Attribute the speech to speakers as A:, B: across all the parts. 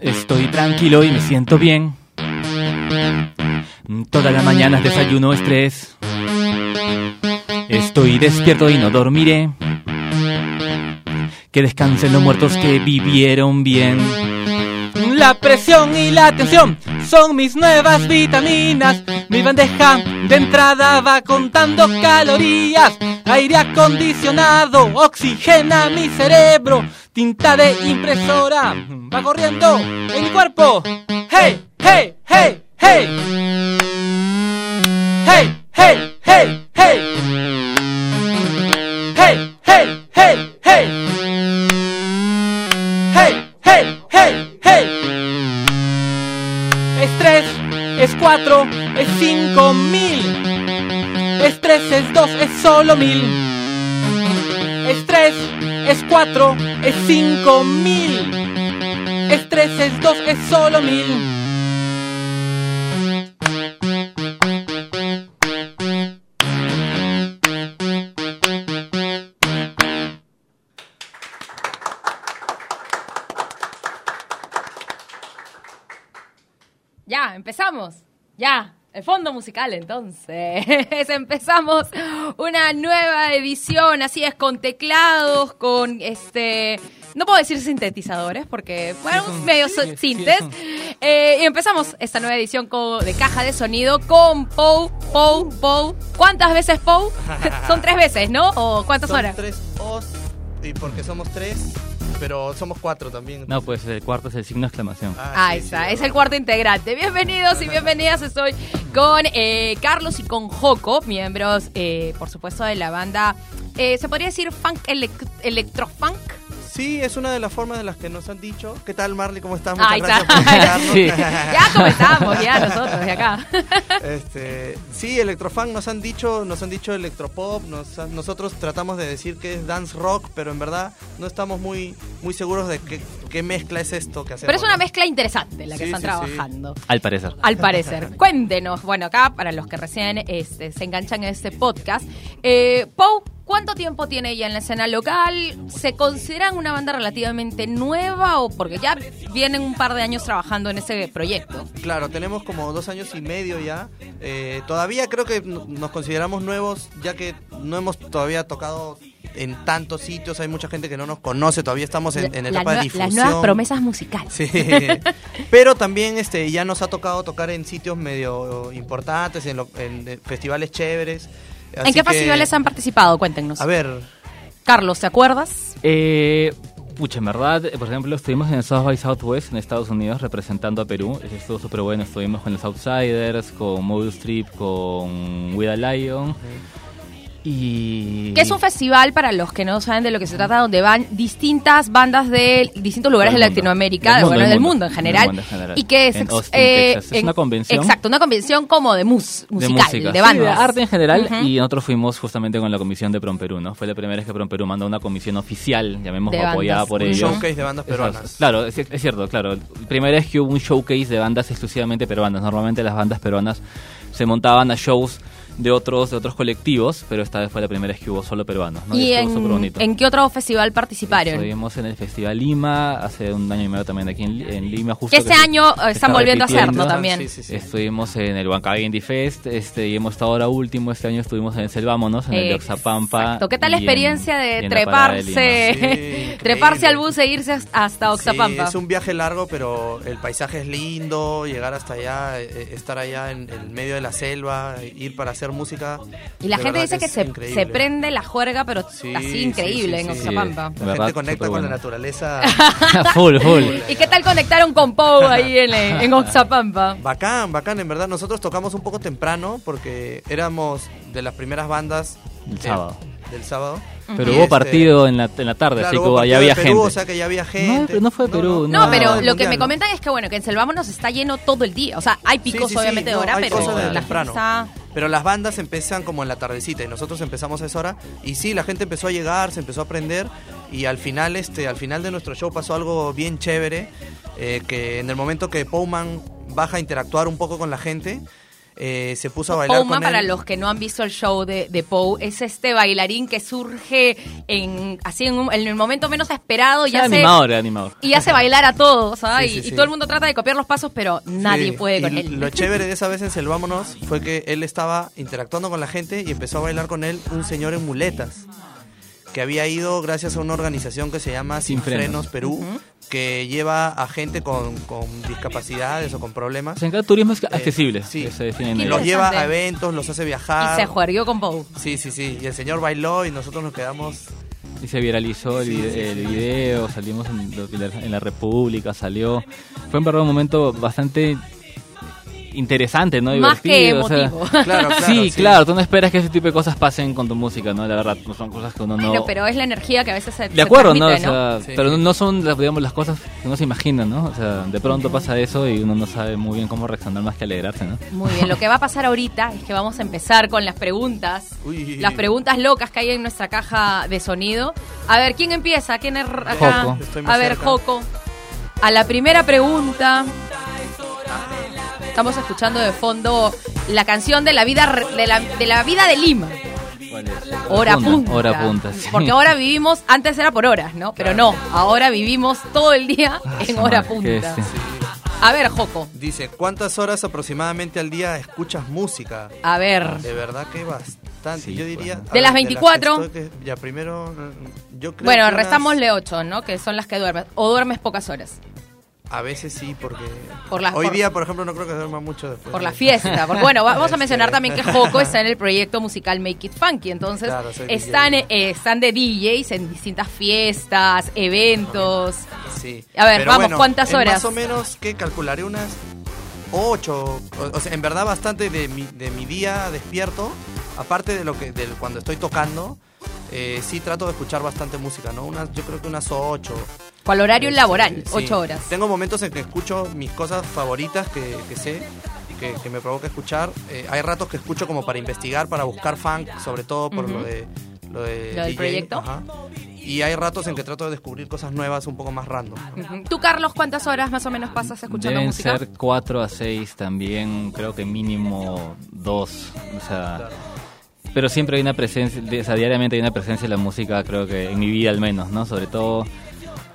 A: estoy tranquilo y me siento bien. Todas las mañanas desayuno estrés. Estoy despierto y no dormiré. Que descansen los muertos que vivieron bien. La presión y la tensión son mis nuevas vitaminas. Mi bandeja de entrada va contando calorías. Aire acondicionado oxigena mi cerebro. Tinta de impresora va corriendo en mi cuerpo. ¡Hey, hey, hey, hey! ¡Hey, hey, hey, hey! ¡Hey, hey, hey, hey! ¡Hey, hey, hey, hey! Es 3, es 4, es 5 mil. Es 3, es 2, es solo mil. Es 3, es 4, es 5 mil. Es 3, es 2, es solo mil.
B: Ya, empezamos. Ya, el fondo musical entonces. empezamos una nueva edición, así es, con teclados, con este... No puedo decir sintetizadores porque, bueno,
A: son-
B: medio
A: sí,
B: so-
A: sí,
B: sintes.
A: son.
B: Eh, y empezamos esta nueva edición co- de caja de sonido con Pou, Pou, Pou. ¿Cuántas veces Pou? Son tres veces, ¿no? ¿O cuántas
C: Son
B: horas?
C: tres os, y porque somos tres, pero somos cuatro también.
A: No, pues el cuarto es el signo de exclamación.
C: Ah,
B: Ahí
C: sí,
B: está,
C: sí,
B: es el cuarto integrante. Bienvenidos y bienvenidas, estoy con eh, Carlos y con Joco, miembros, eh, por supuesto, de la banda, eh, se podría decir funk, elec- electrofunk.
C: Sí, es una de las formas de las que nos han dicho. ¿Qué tal, Marley? ¿Cómo estás?
B: Ahí
C: Muchas
B: está.
C: gracias por invitarnos.
B: Ya comenzamos, ya nosotros de acá.
C: Este, sí, electrofan nos han dicho, nos han dicho electropop, nos han- nosotros tratamos de decir que es dance rock, pero en verdad no estamos muy, muy seguros de qué, qué mezcla es esto que hacemos.
B: Pero es una
C: ¿no?
B: mezcla interesante la que
C: Sí,
B: están
C: sí, sí.
B: trabajando.
A: Al parecer.
B: Al parecer. Cuéntenos, bueno, acá para los que recién este, se enganchan en este podcast, eh, Pau, ¿cuánto tiempo tiene ella en la escena local? ¿Se consideran una banda relativamente nueva o porque ya vienen un par de años trabajando en ese proyecto?
C: Claro, tenemos como dos años y medio ya. Eh, todavía creo que no- nos consideramos nuevos, ya que no hemos todavía tocado en tantos sitios. Hay mucha gente que no nos conoce, todavía estamos en, en
B: La-
C: etapa de
B: la nue-
C: difusión.
B: las nuevas promesas musicales.
C: Sí. Pero también este, ya nos ha tocado tocar en sitios medio importantes, en, lo- en, eh, festivales chéveres. Así
B: ¿En qué
C: que-
B: festivales han participado? Cuéntenos.
C: A ver,
B: Carlos, ¿te acuerdas?
A: Eh, pucha, en verdad, eh, por ejemplo, estuvimos en el South by Southwest en Estados Unidos representando a Perú. Eso estuvo súper bueno. Estuvimos con los Outsiders, con Mobile Strip, con With a Lion. Y.
B: Que es un festival, para los que no saben de lo que se trata, donde van distintas bandas de distintos lugares de
A: Del mundo.
B: Latinoamérica,
A: Del
B: de
A: mundo,
B: lugares
A: del
B: del
A: mundo.
B: mundo en general.
A: Del mundo en general.
B: Y que es,
A: En
B: ex-
A: Austin, Texas. Es una convención.
B: Exacto, una convención como de mus, musical, de,
A: música. Sí,
B: bandas.
A: de arte en general.
B: Ujú.
A: Y nosotros fuimos justamente con la comisión de Prom Perú, ¿no? Fue la primera vez que Prom Perú mandó una comisión oficial, llamemos
B: De bandas.
A: apoyada por
C: un
A: ellos.
C: showcase de bandas
A: Eso,
C: peruanas.
A: Claro, es, es cierto, claro. Primera vez que hubo un showcase de bandas exclusivamente peruanas. Normalmente las bandas peruanas se montaban a shows de otros de otros colectivos, pero esta vez fue la primera vez que hubo solo peruanos. ¿no?
B: ¿Y
A: estuvo súper
B: en,
A: bonito.
B: en qué otro festival participaron?
A: Estuvimos en el Festival Lima hace un año y medio también aquí en, Li- en Lima. Justo
B: Que este
A: se-
B: año, eh,
A: se
B: están
A: está
B: volviendo a hacerlo
A: repitiendo.
B: también.
C: Sí, sí, sí.
A: Estuvimos en el Huancayo Indie Fest este, y hemos estado ahora último. Este año estuvimos en el Selvámonos, en el de Oxapampa.
B: Exacto. ¿Qué tal la
A: y en-
B: experiencia
A: y
B: de
A: en la Parada
B: treparse,
A: de
C: Lima. Sí,
B: treparse
C: increíble.
B: al bus e irse hasta Oxapampa?
C: Sí, es un viaje largo, pero el paisaje es lindo, llegar hasta allá, eh, estar allá en el medio de la selva, ir para hacer música.
B: y la
C: de
B: gente
C: verdad
B: dice que,
C: es
B: se,
C: increíble.
B: se prende la juerga, pero
C: Sí,
B: así
C: sí,
B: increíble
C: sí,
B: en
C: sí.
B: Oxapampa.
C: La
A: Verdad,
C: gente conecta
A: súper
C: con
A: bueno.
C: la naturaleza.
A: Lima. full, full.
B: ¿Y qué tal conectaron con Pou ahí en, en Oxapampa?
C: Bacán, bacán, en verdad. Nosotros tocamos un poco temprano porque éramos de las primeras bandas
A: El
C: del-
A: sábado.
C: Del sábado.
A: Pero
C: Y
A: hubo
C: este,
A: partido en la, en la tarde,
C: claro,
A: así que
C: hubo
A: hubo- allá
C: partido de
A: había
C: Perú,
A: gente.
C: O sea que ya había
A: No,
C: gente.
A: pero no fue de Perú,
B: No,
A: Ah,
B: pero
C: del
B: lo que me
C: mundial, ¿no?
B: comentan es que, bueno, que en Selvámonos está lleno todo el día. O sea, hay
C: Sí,
B: picos
C: sí, sí,
B: obviamente de
C: no,
B: hora,
C: hay
B: pero
C: cosas de
B: la gente
C: temprano.
B: está...
C: Pero las bandas empiezan como en la tardecita y nosotros empezamos a esa hora y sí, la gente empezó a llegar, se empezó a aprender y al final este al final de nuestro show pasó algo bien chévere eh, que en el momento que Powman baja a interactuar un poco con la gente eh, se puso a bailar
B: Pouma,
C: con él.
B: para los que no han visto el show de, de Pou, es este bailarín que surge en así en, un- en el momento menos esperado y
A: Era
B: hace,
A: animador, era animador.
B: y hace bailar a todos. ¿ah?
C: Sí,
B: Y-
C: sí,
B: y,
C: sí.
B: todo el mundo trata de copiar los pasos, pero nadie
C: Sí,
B: puede
C: y
B: con él.
C: Lo chévere de esa vez en Selvámonos fue que él estaba interactuando con la gente y empezó a bailar con él un señor en muletas que había ido gracias a una organización que se llama Sin,
A: Sin
C: Frenos,
A: Frenos.
C: Perú que lleva a gente con, con discapacidades o con problemas
A: Se encarga de turismo ac-
C: Eh,
A: accesible.
C: sí.
A: que se define en
B: Qué
A: el-
C: los
B: interesante.
C: lleva a eventos los hace viajar
B: Y se juerguió con Pou.
C: sí sí sí y el señor bailó y nosotros nos quedamos
A: Y se viralizó el, vide- el video, salimos en, lo que la- en la República, salió. Fue en verdad un momento bastante interesante, ¿no?
B: Más que
A: Divertido, o sea,
B: emotivo.
C: claro claro
A: sí, claro, tú no esperas que ese tipo de cosas pasen con tu música, ¿no? La verdad, no son cosas que uno no...
B: Bueno, pero es la energía que a veces se
A: De acuerdo,
B: se
A: ¿no? O
B: transmite, ¿no?
A: sea,
C: Sí.
A: pero no- no son, las- digamos, las cosas que uno se imagina, ¿no? O sea, de pronto pasa eso y uno no sabe muy bien cómo reaccionar más que alegrarse, ¿no?
B: Muy bien, lo que va a pasar ahorita es que vamos a empezar con las preguntas.
C: Uy.
B: Las preguntas locas que hay en nuestra caja de sonido. A ver, ¿quién empieza? ¿Quién es r- acá?
A: Joco.
C: Estoy más
B: A ver,
C: cerca.
B: Joco. A la primera pregunta. Estamos escuchando de fondo la canción de la vida re- de la, de la vida de Lima. Hora punta.
A: Hora punta, sí.
B: Porque ahora vivimos, antes era por horas, ¿no? Pero no, ahora vivimos todo el día
A: Ah,
B: en
A: su
B: hora
A: madre, qué
B: punta.
A: bestia.
B: A ver, Joco.
C: dice cuántas horas aproximadamente al día escuchas música
B: A ver.
C: De verdad que bastante.
A: Sí,
C: yo
A: pues,
C: diría.
A: ¿no?
C: a
B: De las
C: que
B: 24.
C: estoy que- ya primero. mm, Yo creo
B: Bueno,
C: que unas-
B: restámosle 8, ¿no? Que son las que duermes. O duermes pocas horas.
C: A veces sí, porque.
B: Por las-
C: hoy
B: por-
C: día, por ejemplo, no creo que duerma mucho después.
B: Por
C: de-
B: la fiesta. Porque, bueno, va- vamos a
C: Este-
B: mencionar también que Joco está en el proyecto musical Make It Funky. Entonces,
C: Claro, soy
B: están,
C: DJ.
B: eh, están de DJs en distintas fiestas, eventos.
C: Sí.
B: A ver, vamos, ¿cuántas
C: es
B: horas?
C: Más o menos que calcularé unas 8. O, o sea, en verdad bastante de mi, de mi día despierto. Aparte de lo que del cuando estoy tocando. eh, sí trato de escuchar bastante música, ¿no? Unas, yo creo que unas 8.
B: Cual horario
C: Este,
B: laboral,
C: sí.
B: 8 horas.
C: Tengo momentos en que escucho mis cosas favoritas que, que sé, que, que me provoca escuchar. Eh, hay ratos que escucho como para investigar, para buscar funk, sobre todo por lo
B: Ujú.
C: de. Lo, de
B: Lo
C: DJ,
B: del proyecto.
C: ajá. Y hay ratos en que trato de descubrir cosas nuevas un poco más random. ¿no?
B: Ujú. Tú, Carlos, ¿cuántas horas más o menos pasas escuchando
A: Deben
B: música?
A: ser 4 a 6 también, creo que mínimo 2. O sea, pero siempre hay una presencia, de- o sea, diariamente hay una presencia de la música, creo que en mi vida al menos, ¿no? Sobre todo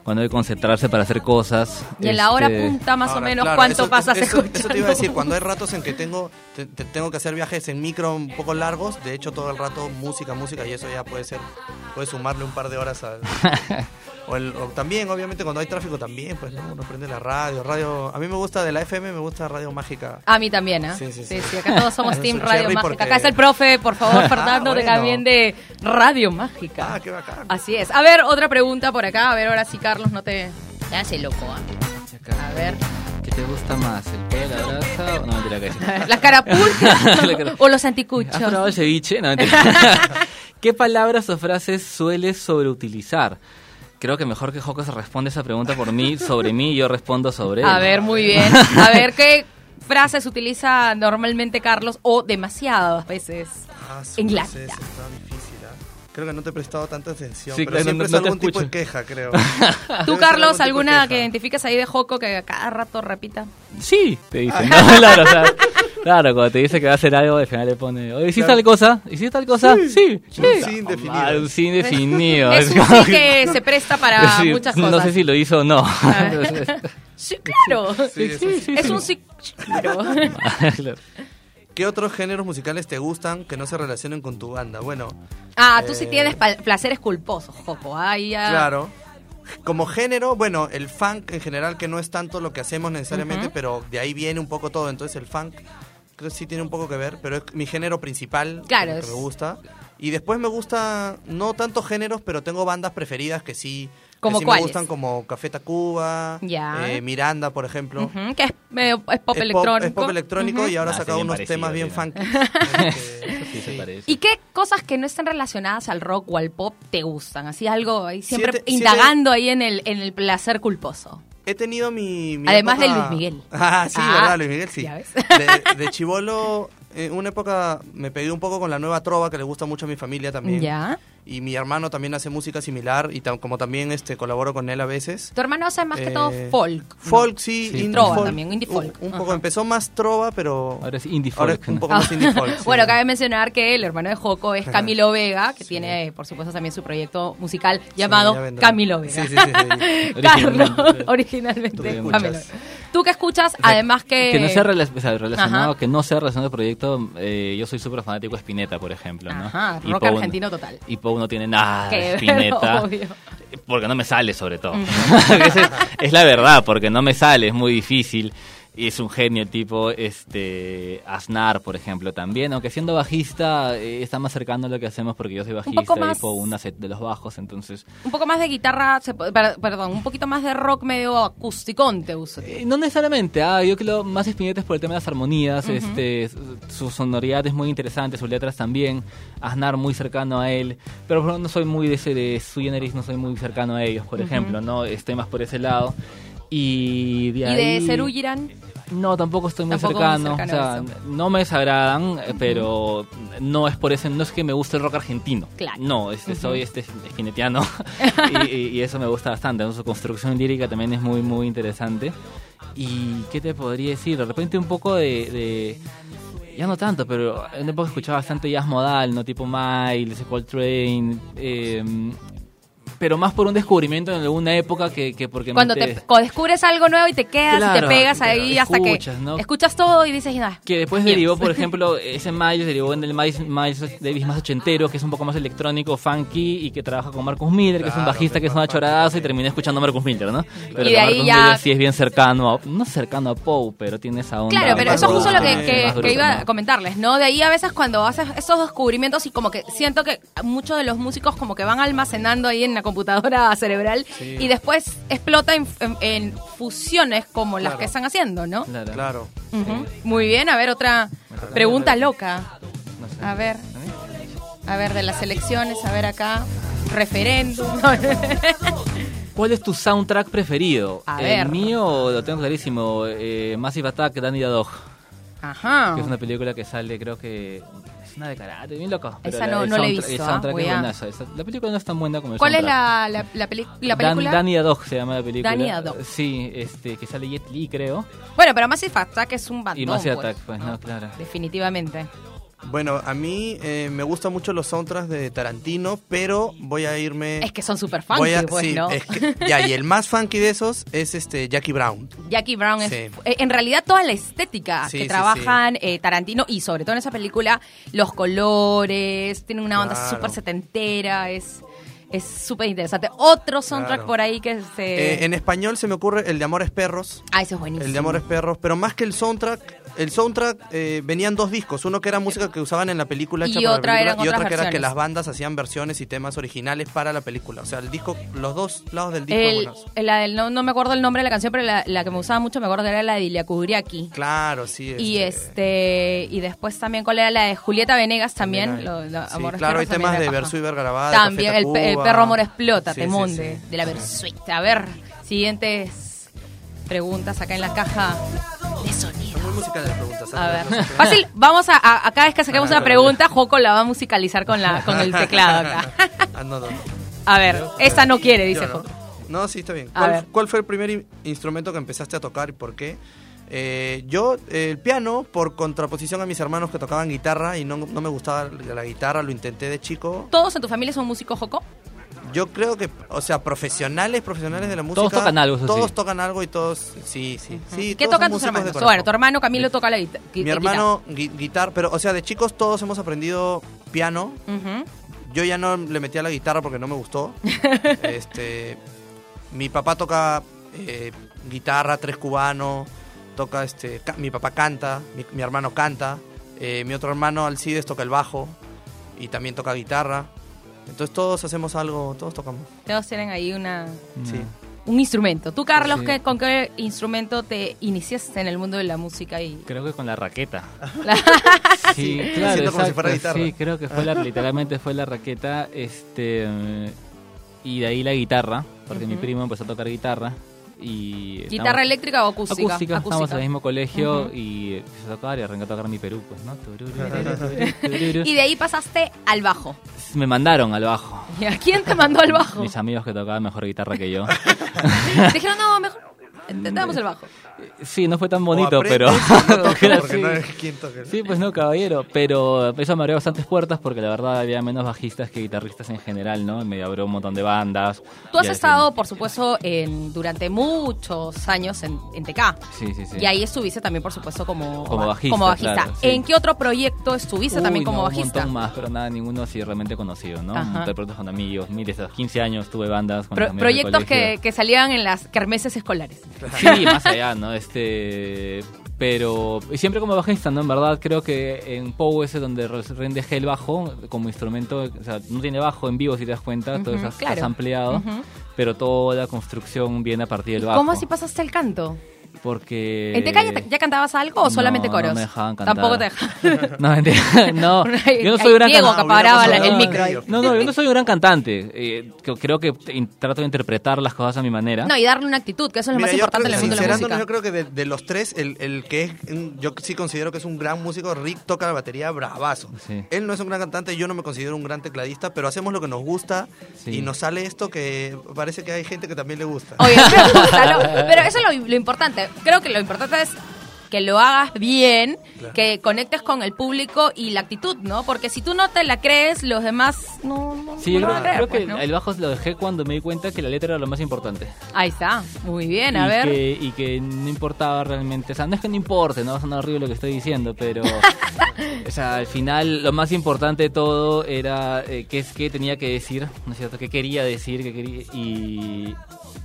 A: cuando hay que concentrarse para hacer cosas.
B: Y en la hora
A: este,
B: punta, más
C: Ahora,
B: o menos,
C: claro,
B: ¿cuánto
C: eso-
B: pasas
C: eso,
B: escuchando?
C: Eso te iba a decir, cuando hay ratos en que tengo, te- te- tengo que hacer viajes en micro un poco largos, de hecho todo el rato música, música, y eso ya puede ser, puede sumarle un par de horas al... O, el- o también, obviamente, cuando hay tráfico también, pues, ¿no? Uno prende la radio, radio... A mí me gusta de la FM, me gusta Radio Mágica.
B: A mí también, ¿ah?
C: Sí, sí, sí.
B: acá todos somos
C: Yo
B: Team
C: soy
B: Radio
C: Cherry
B: Mágica.
C: porque-
B: Acá está el profe, por favor, Fernando, de
C: bueno.
B: también de Radio Mágica.
C: Ah, qué bacán.
B: Así es. A ver, otra pregunta por acá. A ver, ahora sí, Carlos, no te... Te hace loco, ¿ah? A ver.
A: ¿Qué te gusta más? ¿El pelo, la brasa? o- No, mentira, que sí.
B: ¿Las carapulcas
A: La cara-
B: o los
A: ¿Has
C: Ah,
A: probado el
B: anticuchos?
A: ceviche? No, mentira. ¿Qué palabras o frases sueles sobreutilizar? Creo que mejor que Joco se responde esa pregunta por mí, sobre mí, y yo respondo sobre él.
B: A ver, muy bien. A ver, ¿qué frases utiliza normalmente Carlos o demasiadas veces?
C: Ah, su-
B: En la
C: no sé,
B: vida.
C: eso está difícil, ¿ah? Creo que no te he prestado tanta atención,
A: Sí,
C: pero
A: claro,
C: siempre
A: no- no
C: es
A: te
C: algún tipo de
A: escucho.
C: queja, creo.
B: ¿Tú,
C: Ah, Debe ser algún
B: Carlos,
C: tipo de
B: alguna
C: queja.
B: que identificas ahí de Joco que a cada rato repita?
A: Sí, te dicen. No, claro, o sea, claro, cuando te dice que va a hacer algo, al final le pone, oye, ¿hiciste
C: Claro.
A: tal cosa? ¿Hiciste tal cosa? Sí.
C: Un
A: sí.
C: sí indefinido.
A: Ah, un sí indefinido.
B: Es un
A: como
B: sí que se presta para
A: Sí,
B: muchas
A: No
B: cosas.
A: sé si lo hizo o no.
B: Ah. Sí, claro.
C: Sí, sí, sí.
B: Es un sí, claro.
A: Claro.
C: ¿Qué otros géneros musicales te gustan que no se relacionen con tu banda? Bueno,
B: Ah, tú sí
C: Eh.
B: tienes pa- placeres culposos, Joco. Ay, ya.
C: Claro. Como género, bueno, el funk en general, que no es tanto lo que hacemos necesariamente, pero de ahí viene un poco todo. Entonces el funk creo que sí tiene un poco que ver, pero es mi género principal,
B: Claro,
C: lo que
B: es-
C: me gusta. Y después me gusta, no tantos géneros, pero tengo bandas preferidas que sí, que
B: ¿Como
C: sí me
B: cuáles?
C: gustan, como Café Tacuba,
B: Ya.
C: eh, Miranda, por ejemplo.
B: Ujú, que es, eh, es pop
C: Es
B: electrónico.
C: es pop electrónico
B: Ujú.
C: y ahora
A: Ah,
C: ha
A: sí,
C: sacado
A: bien
C: unos
A: parecido,
C: temas bien
A: sí,
C: funky. Este,
A: Sí, se
C: sí.
A: parece.
B: ¿Y qué cosas que no están relacionadas al rock o al pop te gustan? Así algo ahí, siempre
C: Siete-
B: indagando ahí en el, en el placer culposo.
C: He tenido mi. mi
B: Además de
C: época-
B: Luis Miguel.
C: Ah, sí,
B: Ah,
C: verdad, Luis Miguel, sí.
B: ya ves.
C: De, de chivolo eh, en una época me pegué un poco con la nueva trova que le gusta mucho a mi familia también.
B: Ya.
C: Y mi hermano también hace música similar y tam- como también este colaboro con él a veces.
B: Tu hermano hace más que todo
C: Eh,
B: folk.
C: Folk, sí.
A: Sí.
C: indie
B: Trova
C: folk.
B: también, indie
C: Un-
B: folk.
C: Un, poco,
B: Ajá.
C: empezó más trova, pero
A: Ahora es indie
C: ahora
A: folk,
C: es un
A: ¿no?
C: poco más indie folk. sí.
B: Ah. Bueno, cabe mencionar que el hermano de Joco es Camilo Vega, que tiene, por supuesto, también su proyecto musical
C: ya
B: llamado
C: vendrá.
B: Camilo Vega.
C: Sí, sí, sí,
B: Carlos,
A: Originalmente.
B: originalmente
C: ¿Tú qué
B: Camilo.
C: escuchas?
B: Tú que escuchas, además que...
A: Que no sea rela- o sea, relacionado,
B: Ajá.
A: que no sea relacionado al proyecto, eh, yo soy súper fanático de Spinetta, por ejemplo, ¿no?
B: Ajá,
A: Y
B: rock
A: Pou-
B: argentino total.
A: Y Pou no tiene nada
B: Que,
A: de
B: pero,
A: Spinetta.
B: obvio.
A: Porque no me sale, sobre todo. Esa es, es la verdad, porque no me sale, es muy difícil. Y es un genio el tipo, este, Aznar, por ejemplo, también. Aunque siendo bajista, eh, está más cercano a lo que hacemos porque yo soy bajista
B: poco
A: y
B: más-
A: Pou una set de los bajos, entonces...
B: Un poco más de guitarra, se po- per- perdón, un poquito más de rock medio acusticón te uso.
A: Eh, No necesariamente, ah, yo creo más Spinetta es por el tema de las armonías, este, su- su sonoridad es muy interesante, sus letras también, Aznar muy cercano a él, pero por ejemplo, no soy muy de ese de su generis, no soy muy cercano a ellos, por ejemplo, no estoy más por ese lado. Y de,
B: Y de
A: ahí-
B: Serú Girán,
A: No, tampoco estoy muy
B: Tampoco muy
A: cercano, o
B: cercano a
A: sea,
B: eso.
A: no me desagradan, eh, pero no es por ese, no es que me guste el rock argentino.
B: Claro.
A: No, este, soy este espinetiano y, y- y eso me gusta bastante. ¿no? Su construcción lírica también es muy, muy interesante. ¿Y qué te podría decir? De repente un poco de... de- ya no tanto, pero en una época escuchaba bastante jazz modal, ¿no? Tipo Miles, Coltrane, eh, pero más por un descubrimiento en alguna época que, que porque...
B: cuando
A: me
B: te cuando descubres algo nuevo y te quedas y te
A: Claro,
B: pegas
A: claro,
B: ahí hasta que
A: escuchas, ¿no?
B: escuchas todo y dices, "Ah,
A: Que después
B: bien".
A: derivó, por ejemplo, ese Miles derivó en el Miles, Miles Davis más ochentero, que es un poco más electrónico, funky, y que trabaja con Marcus Miller, que es un
C: Claro,
A: bajista que es
C: más
A: una
C: funky
A: choradazo, y
C: también.
A: terminé escuchando a Marcus Miller, ¿no? Pero
B: Y
A: que
B: de ahí
A: Marcus
B: ya-
A: Miller sí es bien cercano, a, no cercano a Poe, pero tiene esa onda.
B: Claro, pero
A: más
B: eso es justo lo que,
A: bruta,
B: que-
A: más
B: que
A: bruta,
B: iba
A: ¿no?
B: a comentarles, ¿no? De ahí a veces cuando haces esos descubrimientos y como que siento que muchos de los músicos como que van almacenando ahí en la computadora cerebral
C: Sí.
B: y después explota en, en- en fusiones como las
C: Claro.
B: que están haciendo, ¿no?
A: Claro.
C: Claro.
B: Ujú. Muy bien, a ver, otra pregunta loca.
A: No sé.
B: A ver,
A: mí?
B: a ver, de las elecciones, a ver acá, referéndum.
A: ¿Cuál es tu soundtrack preferido?
B: A
A: el
B: ver.
A: mío lo tengo clarísimo, eh, Massive Attack, Danny the Dog,
B: Ajá.
A: que es una película que sale, creo que... Es una de karate, bien loco. pero
B: Esa
A: la-
B: no-
A: el
B: no la he
A: soundtrack-
B: visto,
A: El
B: ah,
A: soundtrack
B: voy
A: es
B: a-
A: buenazo. Esa- La película no es tan buena como el
B: ¿Cuál es la,
A: soundtrack.
B: la, la peli- la
A: Dan-
B: película?
A: Danny Dog se llama la película. Eh,
B: Danny Adog.
A: Sí, este, que sale Jet Li, creo.
B: Bueno, pero Massive Attack es un bandón.
A: y más
B: pues,
A: Attack, pues, no, claro.
B: Definitivamente.
C: Eh, Bueno, a mí eh, me gustan mucho los soundtracks de Tarantino, pero voy a irme...
B: Es que son super funky,
C: voy a-
B: pues,
C: sí,
B: ¿no?
C: es que- ya, y el más funky de esos es este Jackie Brown.
B: Jackie Brown es...
C: Sí.
B: eh, En realidad, toda la estética
C: Sí,
B: que
C: sí,
B: trabajan eh, Tarantino, y sobre todo en esa película, los colores, tienen una onda
C: Claro.
B: súper setentera, es... Es súper interesante. Otro soundtrack
C: Claro.
B: por ahí que se...
C: Eh, en español se me ocurre el de Amores Perros.
B: Ah, eso es buenísimo.
C: El de Amores Perros, pero más que el soundtrack, el soundtrack eh, venían dos discos, uno que era música que usaban en la película
B: Y
C: hecha para la
B: otra
C: película,
B: eran
C: y otra
B: otras
C: que era que
B: versiones.
C: las bandas hacían versiones y temas originales para la película. O sea, el disco, los dos lados del disco
B: El-
C: buenos.
B: la del- no, no me acuerdo el nombre de la canción, pero la, la que me gustaba mucho, me acuerdo, era la de Ilia Kubriaki.
C: Claro, sí.
B: Y este y después también cuál era la de Julieta Venegas también,
C: Venegas.
B: lo- lo-
C: Sí,
B: Amores
C: claro, hay
B: Perros también
C: temas
B: era
C: de
B: paja.
C: Versuit Vergarabat,
B: También
C: Café
B: el, pe- el
C: Tacuba.
B: perro amor explota,
C: Sí, sí,
B: Temonde,
C: sí.
B: de la Versuit. A ver, siguientes preguntas acá en la caja de sonido.
C: Son muy musicales las preguntas. ¿eh?
B: A
C: Andrea,
B: ver,
C: no sé qué.
B: fácil, vamos a, a- a cada vez que saquemos
C: Ah,
B: una pregunta, Joco la va a musicalizar con la con el teclado acá.
C: Ah, no, no.
B: A ver, esta no quiere, dice
C: Yo no.
B: Joco.
C: No, sí, está bien.
B: A ver.
C: ¿Cuál, cuál fue el primer in- instrumento que empezaste a tocar y por qué? Eh, yo, eh, el piano, por contraposición a mis hermanos que tocaban guitarra y no, no me gustaba la la guitarra, lo intenté de chico.
B: ¿Todos en tu familia son músicos, Joco?
C: Yo creo que, o sea, profesionales, profesionales de la música.
A: Todos tocan algo, eso
C: Todos
A: sí.
C: tocan algo y todos, sí, sí. sí
B: ¿Qué
C: todos
B: tocan
C: son músicos
B: tus
C: de
B: hermanos?
C: corazón.
B: Bueno, tu hermano Camilo toca la guita- gui-
C: Mi
B: guitarra.
C: hermano, gui- guitarra, pero, o sea, de chicos todos hemos aprendido piano,
B: Ujú.
C: Yo ya no le metí a la guitarra porque no me gustó. este, mi papá toca eh, guitarra, tres cubano, toca este, ca- mi papá canta, mi, mi hermano canta, eh, mi otro hermano Alcides toca el bajo y también toca guitarra. Entonces todos hacemos algo, todos tocamos.
B: Todos tienen ahí una
A: Mm.
C: Sí.
B: un instrumento. Tú, Carlos,
A: Sí.
B: ¿qué- ¿con qué instrumento te iniciaste en el mundo de la música? Y...
A: Creo que con la raqueta.
B: La-
A: Sí,
C: Siento como si fuera
A: exacto,
C: guitarra.
A: Sí, creo que fue la, literalmente fue la raqueta, este, eh, y de ahí la guitarra, porque mi
B: Ujú.
A: primo empezó a tocar guitarra Y
B: Guitarra
A: estamos-
B: eléctrica o acústica.
A: acústica, estábamos en el
B: acústica.
A: mismo colegio
B: Ujú.
A: y empecé a tocar y arranqué a tocar mi Perú, pues, ¿no? Tururú, tururú, tururú.
B: Y de ahí pasaste al bajo.
A: Me mandaron al bajo.
B: ¿Y a quién te mandó al bajo?
A: Mis amigos que tocaban mejor guitarra que yo.
B: Dijeron, no, mejor intentamos el bajo.
A: Eh, Sí, no fue tan
C: O
A: bonito, pero...
C: aprendes o no tocas,
A: Claro,
C: porque
A: sí.
C: no hay quien toque.
A: Sí, pues no, caballero. Pero eso me abrió bastantes puertas porque la verdad había menos bajistas que guitarristas en general, ¿no? Me abrió un montón de bandas.
B: Tú has
A: Y al
B: estado, por supuesto, en, durante muchos años en, en TK.
A: fin- Sí, sí, sí.
B: Y ahí estuviste también, por supuesto, como,
A: Como bajista, claro, sí.
B: ¿En qué otro proyecto estuviste también
A: Uy,
B: como
A: no, Un
B: bajista?
A: montón más, pero nada, ninguno así realmente conocido, ¿no?
B: Ajá.
A: Interpretos con amigos, miles, a los 15 años tuve bandas con
B: Pro-
A: mis amigos del
B: proyectos que,
A: colegio.
B: que salían en las kermeses escolares.
A: Sí, más allá, ¿no? Este... Pero y siempre como bajista, ¿no? En verdad creo que en Pow es donde re- rinde G el bajo como instrumento, o sea, no tiene bajo en vivo si te das cuenta, todo
B: Ujú,
A: eso
B: claro.
A: es ampliado,
B: Ujú.
A: pero toda la construcción viene a partir del bajo.
B: ¿Cómo así pasaste el canto?
A: Porque...
B: ¿En TK ya, te- ya cantabas algo o
A: no,
B: solamente coros?
A: No me dejaban cantar.
B: Tampoco te dejaban.
A: No, mentira, no. Yo no soy
B: Ahí
A: gran
B: Diego
A: cantante.
B: acaparaba la-
A: No,
B: el
A: no,
B: micro. ahí.
A: No, no, yo no soy un gran cantante. Eh, que- creo que in- trato de interpretar las cosas a mi manera.
B: No, y darle una actitud, que eso es lo
C: Mira,
B: más
C: yo
B: importante en
C: creo
B: el
C: que
B: mundo de la
C: sincerándonos,
B: música.
C: yo creo que de, de los tres, el, el que es, un- yo sí considero que es un gran músico, Rick toca la batería bravazo.
A: Sí.
C: Él no es un gran cantante, yo no me considero un gran tecladista, pero hacemos lo que nos gusta
A: Sí.
C: y nos sale esto que parece que hay gente que también le gusta.
B: Oye, me gusta, ¿no? Pero eso es lo, lo importante. Creo que lo importante es que lo hagas bien, que conectes con el público y la actitud, ¿no? Porque si tú no te la crees, los demás no, no,
A: Sí,
B: no
A: yo
B: lo
A: creo,
B: van a creer,
A: creo que
B: pues, ¿no?
A: el bajo lo dejé cuando me di cuenta que la letra era lo más importante.
B: Ahí está, muy bien, a
A: y
B: ver.
A: Que, y que no importaba realmente. O sea, no es que no importe, no va a sonar horrible lo que estoy diciendo, pero. o sea, al final lo más importante de todo era eh, qué es que tenía que decir, ¿no es cierto? ¿Qué quería decir? Qué quería, y,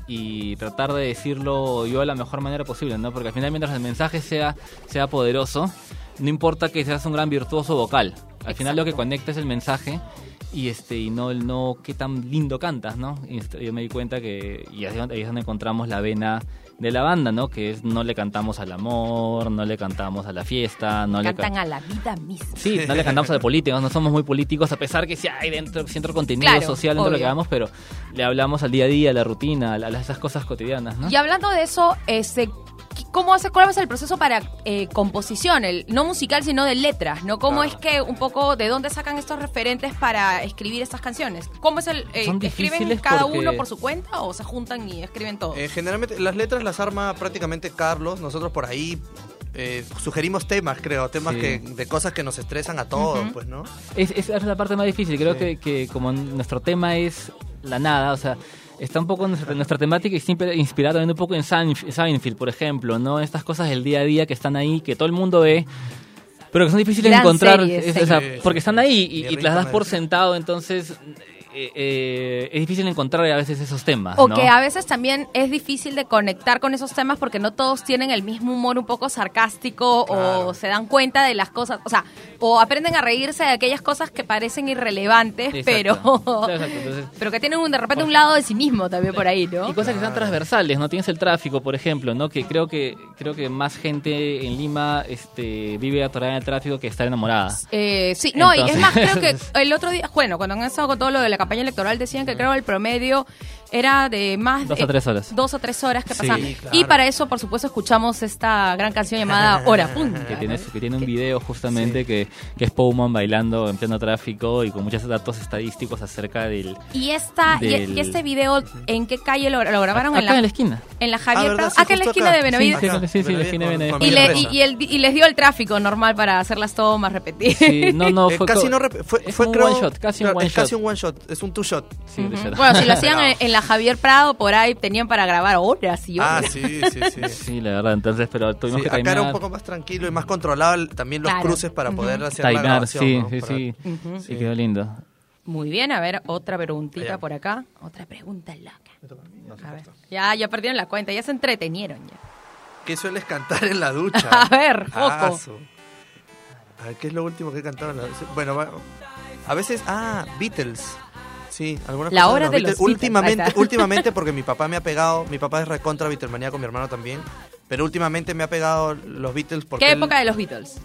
A: y tratar de decirlo yo de la mejor manera posible, ¿no? Porque al final, mientras el mensaje sea, sea poderoso, no importa que seas un gran virtuoso vocal. Al final lo que
B: Exacto.
A: conecta es el mensaje y este y no no qué tan lindo cantas no Y este, yo me di cuenta que y ahí es donde- ahí es donde encontramos la vena de la banda no que es no le cantamos al amor no le cantamos a la fiesta no le
B: Cantan
A: ca-
B: a la vida misma.
A: Sí, no le cantamos a la política, no somos muy políticos, a pesar que sí hay dentro, dentro contenido
B: Claro,
A: social, dentro de lo que
B: obvio.
A: hagamos, pero le hablamos al día a día, a la rutina, a, la- a esas cosas cotidianas, ¿no?
B: Y hablando de eso, este, ¿qué- ¿cómo hace, cuál es el proceso para eh, composición? El, no musical, sino de letras, ¿no? ¿Cómo es que un poco de dónde sacan estos referentes para escribir estas canciones? ¿Cómo es el. eh,
A: Son
B: ¿Escriben
A: difíciles
B: cada
A: porque-
B: uno por su cuenta o se juntan y escriben todo?
C: Eh, generalmente las letras las arma prácticamente Carlos. Nosotros por ahí eh, sugerimos temas, creo, temas
A: Sí.
C: que, de cosas que nos estresan a todos,
B: Ujú.
C: pues, ¿no?
A: Es, es- es la parte más difícil. Creo
C: Sí.
A: que, que como nuestro tema es la nada, o sea, está un poco nuestra, nuestra temática y siempre inspirada también un poco en Seinf- Seinfeld, por ejemplo, ¿no? Estas cosas del día a día que están ahí, que todo el mundo ve. Pero que son difíciles de
B: Gran
A: encontrar,
B: serie,
A: es-
B: sí.
A: o sea,
C: Sí, sí,
A: porque
C: sí.
A: están ahí y,
C: Ni
A: y te
C: rico
A: las das
C: no
A: por
C: es.
A: sentado, entonces eh, eh, es difícil encontrar a veces esos temas.
B: O
A: ¿no?
B: que a veces también es difícil de conectar con esos temas porque no todos tienen el mismo humor un poco sarcástico o
C: Claro.
B: se dan cuenta de las cosas, o sea, o aprenden a reírse de aquellas cosas que parecen irrelevantes,
A: Exacto.
B: pero
A: Exacto, entonces-
B: pero que tienen un- de repente un lado de sí mismo también por ahí,
A: Y
B: ¿no?
A: cosas que son transversales, ¿no? Tienes el tráfico, por ejemplo, ¿no? Que creo que creo que más gente en Lima este, vive atorada en el tráfico que está enamorada.
B: Eh, sí, no, y es más,
A: Entonces- Mm.
B: creo que el otro día, bueno, cuando han estado con todo lo de la campaña electoral, decían que creo el promedio era de más
A: Dos
B: de-
A: a tres horas.
B: Dos a tres horas que
A: Sí,
B: pasaban. Y
C: claro.
B: para eso, por supuesto, escuchamos esta gran canción llamada Hora Punta.
A: que
B: ¿no?
A: tiene, que tiene un video justamente que, que es Powman bailando en pleno tráfico y con muchos datos estadísticos acerca del...
B: Y, esta, y-
A: Del-
B: y, este video, ¿en qué calle lo, lo grabaron?
A: acá
B: en la,
A: en la esquina.
B: en la Javier
C: Ah, ¿verdad?
B: Prado,
C: Sí,
B: acá en la
C: justo
B: esquina
C: acá.
B: de Benavides.
A: Sí,
C: Acá,
A: sí, sí, la esquina de
C: con
A: Benavides.
B: y,
C: familia
B: le, y,
C: presa.
B: y el- y les dio el tráfico normal para hacer las tomas, repetir.
A: Sí, no, no,
C: Eh,
A: fue
C: casi
A: co-
C: no rep- fue,
A: es
C: fue,
A: un
C: creo-
A: one shot, casi
C: claro,
A: un one
C: es
A: shot.
C: casi un one shot, es un two shot.
A: Sí, de shot.
B: Bueno, si lo hacían en, en la Javier Prado, por ahí tenían para grabar horas y
C: Ah,
B: horas.
C: sí, sí, sí.
A: Sí, la verdad, entonces, pero tuvimos
C: Sí,
A: que
C: acá era un
A: timear,
C: poco más tranquilo y más controlado el- también los
B: Claro.
C: cruces para poder hacer la
A: timear,
C: grabación.
A: sí,
C: ¿no?
A: sí,
C: Para-
A: sí,
B: Ujú.
A: Y quedó lindo.
B: Muy bien, a ver, otra preguntita
C: Allá.
B: por acá. Otra pregunta loca. A ver, ya, ya perdieron la cuenta, ya se entretenieron ya.
C: ¿Qué sueles cantar en la ducha?
B: A ver, ojo.
C: Ah, su- A ver, ¿qué es lo último que cantaba en la ducha? Bueno, va- a veces, ah, Beatles. Sí, algunas
B: La
C: cosas
B: hora de los Beatles, ahí
C: Últimamente,
B: está.
C: últimamente, porque mi papá me ha pegado, mi papá es recontra Beatlemanía con mi hermano también, pero últimamente me ha pegado los Beatles porque...
B: ¿Qué
C: él-
B: época de los Beatles?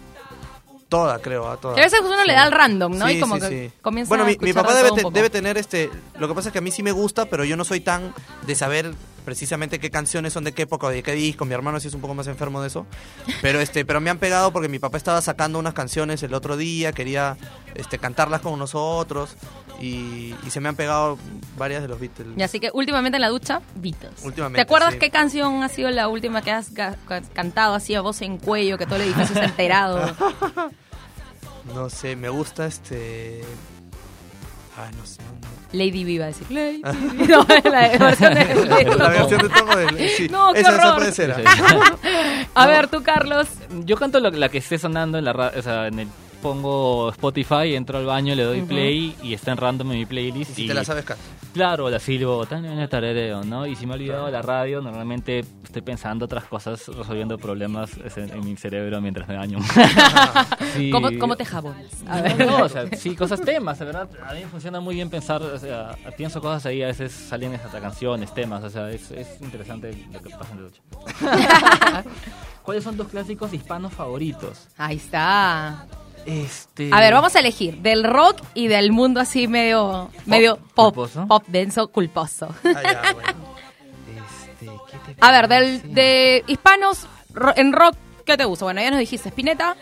C: Toda, creo, a toda.
B: Que a veces uno le da al random, ¿no?
C: Sí,
B: y como
C: sí,
B: que
C: sí.
B: comienza
C: Bueno,
B: a
C: mi, mi
B: escuchar
C: papá
B: de
C: debe,
B: todo un
C: te-
B: poco.
C: debe tener este. Lo que pasa es que a mí sí me gusta, pero yo no soy tan de saber precisamente qué canciones son de qué época o de qué disco. Mi hermano sí es un poco más enfermo de eso. Pero este, pero me han pegado porque mi papá estaba sacando unas canciones el otro día, quería este, cantarlas con nosotros. Y, y se me han pegado varias de los Beatles.
B: Y así que últimamente en la ducha, Beatles.
C: Últimamente,
B: ¿Te acuerdas
C: sí.
B: qué canción ha sido la última que has ga- ca- cantado así a voz en cuello, que todo el edificio se ha enterado?
C: No sé, me gusta este. Ah, no sé. no- no.
B: Lady Viva, decir. Lady Viva. No, la de- versión de- de-
C: La versión de Tom Odell, sí.
B: No, qué
C: esa, esa
B: horror.
C: puede ser, ah.
B: A ver, tú, Carlos.
A: Yo canto lo- la que esté sonando en la ra- o sea, en el pongo Spotify, entro al baño, le doy play y está en random en mi playlist.
C: Y si te la sabes cantar.
A: Claro, la silbo, también el tarareo, ¿no? Y si me he olvidado la radio, normalmente estoy pensando otras cosas, resolviendo problemas en, en mi cerebro mientras me baño. Sí.
B: ¿Cómo, cómo te jabonas? A ver.
A: No, o sea, sí, cosas, temas, de verdad. A mí me funciona muy bien pensar, o sea, pienso cosas ahí, a veces salen hasta canciones, temas, o sea, es, es interesante lo que pasa en el 8. ¿Cuáles son tus clásicos hispanos favoritos?
B: Ahí está.
A: Este...
B: A ver, vamos a elegir del rock y del mundo así medio, medio pop,
A: culposo.
B: pop denso, culposo.
C: Ah, ya, bueno.
A: Este, ¿qué te
B: A ver, del,
A: parece?
B: de hispanos ro- en rock, ¿qué te gusta? Bueno, ya nos dijiste Spinetta.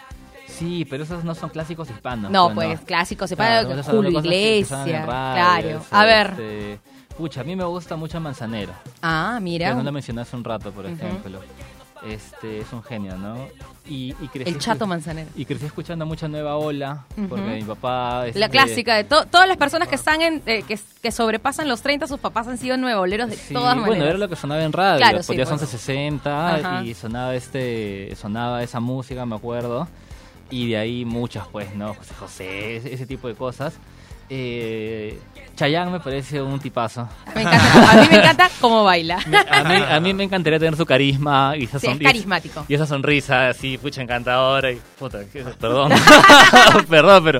A: Sí, pero esos no son clásicos hispanos.
B: No, pues clásicos, se
A: Claro,
B: para
A: estamos hablando
B: Julio
A: de cosas que- que
B: Iglesias.
A: sonan en radio,
B: Claro.
A: este,
B: A ver.
A: este, pucha, a mí me gusta mucho Manzanero.
B: Ah,
A: Que
B: mira.
A: no la mencioné hace un rato, por ejemplo. Este es un genio, ¿no? Y, y crecí
B: El chato
A: escu-
B: manzanero.
A: Y crecí escuchando mucha nueva ola, porque
B: Ujú.
A: mi papá.
B: La
A: este,
B: clásica de to- todas las personas que están en, eh, que, que sobrepasan los 30, sus papás han sido nuevoleros de
A: Sí,
B: todas maneras.
A: bueno, era lo que sonaba en radio,
B: Claro, sí,
A: podía
B: pues.
A: 1160
B: Ajá.
A: y sonaba este sonaba esa música, me acuerdo. Y de ahí muchas pues, ¿no? José José, ese, ese tipo de cosas. Eh, Chayanne me parece un tipazo.
B: Me encanta. A mí me encanta cómo baila.
A: A mí, a mí me encantaría tener su carisma y esa
B: Sí, es
A: sonri-
B: carismático.
A: Y esa sonrisa así, pucha, encantadora y puta, que- perdón. perdón, pero.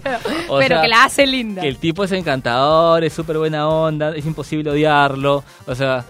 A: o
B: pero
A: sea,
B: que la hace linda.
A: que el tipo es encantador, es súper buena onda, es imposible odiarlo. O sea,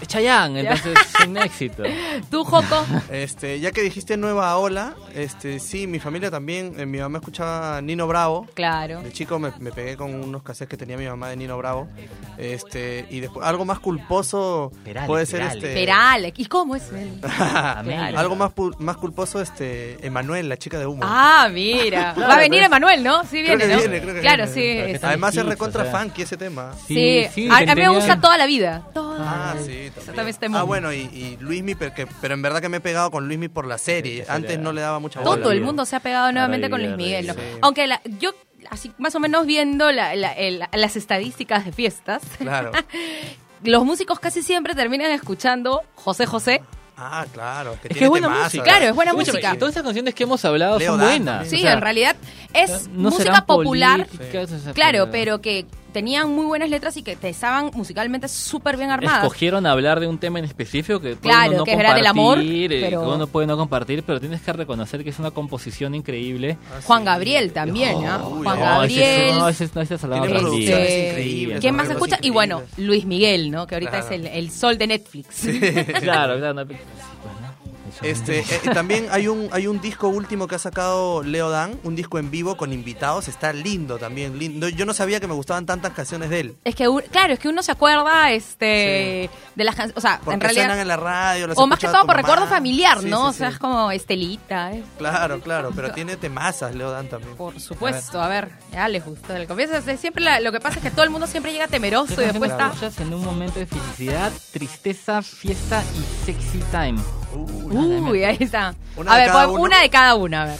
A: es Chayanne, entonces es un éxito.
B: Tú, Joco.
C: Este, ya que dijiste nueva ola, este, sí, mi familia también, eh, mi mamá escuchaba Nino Bravo.
B: Claro.
C: De chico me, me pegué con unos cassettes que tenía mi mamá de Nino Bravo. Este, y después algo más culposo
A: Perales,
C: puede ser
A: Perales.
C: este
B: Peral. ¿Y cómo es él?
A: Amén.
C: algo más pul- más culposo este Emanuel, la chica de humo.
B: Ah, mira. Va a venir
C: pues.
B: Emanuel, ¿no? Sí,
C: Creo
B: viene,
C: que
B: ¿no?
C: viene, creo que
B: claro,
C: viene.
B: sí.
A: Pero
B: es-
A: que
C: Además es
A: hits,
C: recontra
A: o sea.
C: fan que ese tema.
B: Sí,
A: sí,
B: a, a mí me
A: tenía-
B: gusta toda la vida. Toda.
C: Ah, sí, también.
B: también está muy
C: Ah,
B: bien.
C: bueno, y, y Luismi, pero, que- pero en verdad que me he pegado con Luismi por la serie.
A: Sí,
C: Antes
A: sería-
C: no le daba mucha
A: Toda la
B: Todo
C: bola.
B: el
A: vida.
B: mundo se ha pegado nuevamente con
A: Maravilla,
B: Luis Miguel. ¿no?
C: maravilla.
B: Aunque la- yo, así más o menos viendo la- la- el- las estadísticas de fiestas,
C: Claro.
B: los músicos casi siempre terminan escuchando José José.
C: Ah, claro. Que
A: Es que
C: tiene
A: es buena
C: temazos,
A: música.
B: Claro, es buena
A: Escúchame,
B: música.
A: Y todas esas canciones que hemos hablado
C: Leo
A: son
C: Dan
A: buenas.
C: también.
B: Sí,
A: o sea,
B: en realidad es
A: no
B: música
A: serán
B: popular.
A: políticas, o sea,
B: Claro, pero que tenían muy buenas letras y que te estaban musicalmente súper bien armadas.
A: Escogieron hablar de un tema en específico que puede
B: Claro,
A: uno no
B: que era del amor,
A: compartir, eh,
B: pero-
A: que uno puede no compartir, pero tienes que reconocer que es una composición increíble.
C: Ah, sí.
B: Juan Gabriel también, ¿ah?
C: uy, oh,
B: Juan
C: no,
A: ese es-
B: Gabriel.
A: no, ese es- no, ese es al lado
C: Tiene
A: aprendido.
C: producciones
B: Este,
C: increíbles,
B: ¿Quién más
C: arreglos
B: escucha? Y bueno,
C: increíbles.
B: Luis Miguel, ¿no? Que ahorita
C: Claro.
B: es el, el sol de Netflix.
A: Claro, claro. no, sí, pues, ¿no? Eso.
C: Este, eh, también hay un, hay un disco último que ha sacado Leo Dan, un disco en vivo con invitados, está lindo también, lindo. Yo no sabía que me gustaban tantas canciones de él.
B: Es que, un- claro, es que uno se acuerda este de las canciones, o sea,
C: Porque
B: en realidad,
C: suenan en la radio, las
B: o más que
C: escuchaba
B: todo
C: tu
B: por
C: mamá.
B: recuerdo familiar,
C: Sí,
B: ¿no?
C: sí,
B: o sea,
C: sí.
B: es como Estelita, es-
C: Claro, claro, pero tiene temazas Leo Dan también.
B: por supuesto. A ver, ya les gustó. Del comienzo, es- siempre la- lo que pasa es que todo el mundo siempre llega
A: ¿Qué
B: temeroso y
A: canción
B: después está...
A: escuchas en un momento de felicidad, tristeza, fiesta y sexy time?
C: Uy,
B: Uy, ahí está.
C: Una
B: a
C: de
B: ver,
C: cada
B: pon-
C: uno.
B: una de cada una, a ver.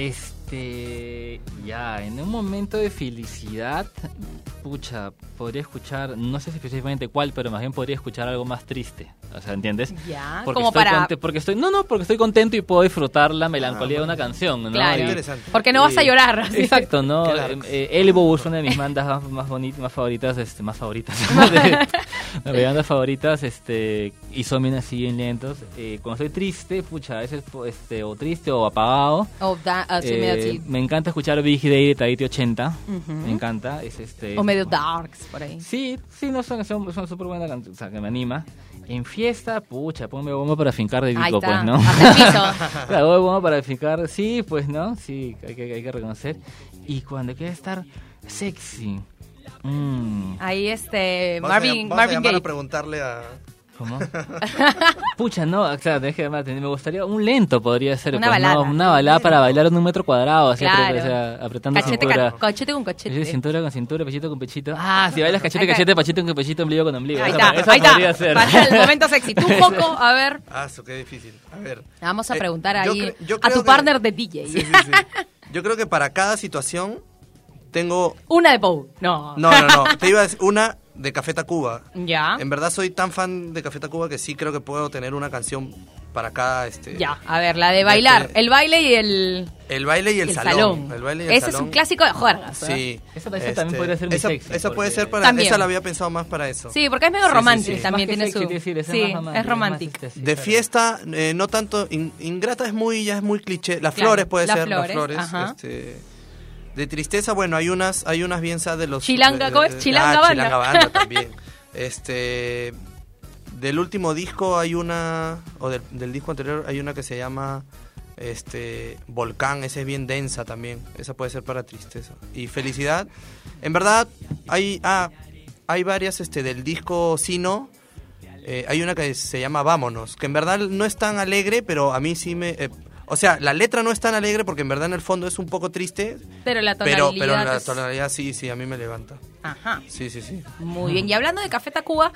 A: Este, ya, en un momento de felicidad, pucha, podría escuchar, no sé específicamente cuál, pero más bien podría escuchar algo más triste. O sea, ¿entiendes?
B: Ya,
A: Porque
B: Ah, como
A: estoy
B: para...
A: conte- porque estoy, no, no, porque estoy contento y puedo disfrutar la melancolía de una canción, ¿no?
B: Ah, Claro.
A: Y-
C: Interesante.
B: Porque no vas a
A: Sí.
B: llorar. así.
A: Exacto, ¿no?
C: Qué
A: Eh,
C: darks.
A: eh, Elbow es una de mis bandas más, más bonitas, más favoritas, este, más favoritas. de, de mis bandas favoritas, este, y son bien así bien lentos. Eh, cuando estoy triste, pucha, a veces po- este, o triste o apagado.
B: O, da- así
A: eh,
B: Ah, medio así.
A: me encanta escuchar Big Day de Tahiti 80.
B: Ujú.
A: Me encanta. Es este.
B: o medio darks, por ahí.
A: Sí, sí, no son, son, son súper buenas canciones, o sea, que me anima. En fiesta, pucha, ponme bomba para fincar de
B: Ahí
A: disco,
B: está.
A: pues, ¿no?
B: Hasta el piso.
A: La voz bueno para fijar, sí, pues no, sí, hay que, hay que reconocer. Y cuando quiere estar sexy, Mm,
B: Ahí este
C: Vamos a
B: Marvin,
C: llam- vamos a
B: Marvin
C: llamar a
B: Gaye.
C: preguntarle a...
A: ¿Cómo? Pucha, no, claro, tenés que llamar, tenés- me gustaría un lento podría ser.
B: Una
A: pues, no,
B: balada.
A: una balada para bailar en un metro cuadrado, así
B: Claro.
A: apre- o sea, apretando
B: Cachete,
A: cintura.
B: ca- cachete con
A: Cachete de
B: cachete.
A: cintura con cintura, pechito con pechito. Ah, si bailas cachete,
B: Ahí está.
A: cachete, pachito con pechito, ombligo con ombligo.
B: Ahí
A: Eso-
B: está,
A: eso
B: ahí
A: podría
B: está.
A: ser.
B: Para el momento sexy. Tú un poco, a ver.
C: Ah, eso, qué difícil. A ver.
B: Vamos a
C: Eh,
B: preguntar
C: yo
B: ahí
C: cre- yo
B: a
C: creo
B: tu
C: que-
B: partner de DJ.
C: Sí, sí, sí. Yo creo que para cada situación tengo...
B: Una de Pou. No.
C: No, no, no. Te iba a decir una de Café Tacuba.
B: ya.
C: En verdad soy tan fan de Café Tacuba que sí creo que puedo tener una canción para cada... este
B: Ya. A ver, la de bailar.
C: Este-
B: El baile y el,
C: El baile y el,
B: y el
C: salón.
B: salón.
C: El baile y el
B: Ese es
C: salón.
B: un clásico ¿eh? de juergas. ¿verdad?
C: Sí. Este,
A: Esa- esa también podría ser mi
C: esa,
A: sexy,
C: esa puede
A: porque-
C: ser para...
B: También.
C: Esa la había pensado más para eso.
B: Sí, porque es medio
C: Sí, sí,
B: romántico
C: sí.
B: también.
A: Más que
B: Tiene
A: sexy,
B: su.
A: te decir, es
B: sí,
A: más romántico,
B: es
A: es más
B: romántico.
A: este, sí,
C: De
A: claro.
C: fiesta, eh, no tanto... in- ingrata es muy... Ya es muy cliché. Las
B: Claro,
C: flores puede
B: las
C: ser.
B: flores,
C: las flores.
B: ajá.
C: este, de tristeza, bueno, hay unas, hay unas bien sad de los...
B: Chilanga,
C: de-
B: ¿cómo es?
C: de-
B: Chilanga
C: ah,
B: Banda.
C: Chilanga Banda también. Este... Del último disco hay una... O del, del disco anterior hay una que se llama... Este... Volcán, esa es bien densa también. Esa puede ser para tristeza. Y felicidad. En verdad, hay... Ah, hay varias este, del disco Sino. Eh, hay una que se llama Vámonos, que en verdad no es tan alegre, pero a mí sí me... eh, o sea, la letra no es tan alegre porque en verdad en el fondo es un poco triste,
B: Pero la
C: pero,
B: tonalidad.
C: pero la
B: es-
C: tonalidad sí, sí, a mí me levanta.
B: Ajá.
C: Sí, sí, sí.
B: Muy
C: Mm.
B: bien. Y hablando de Café Tacuba,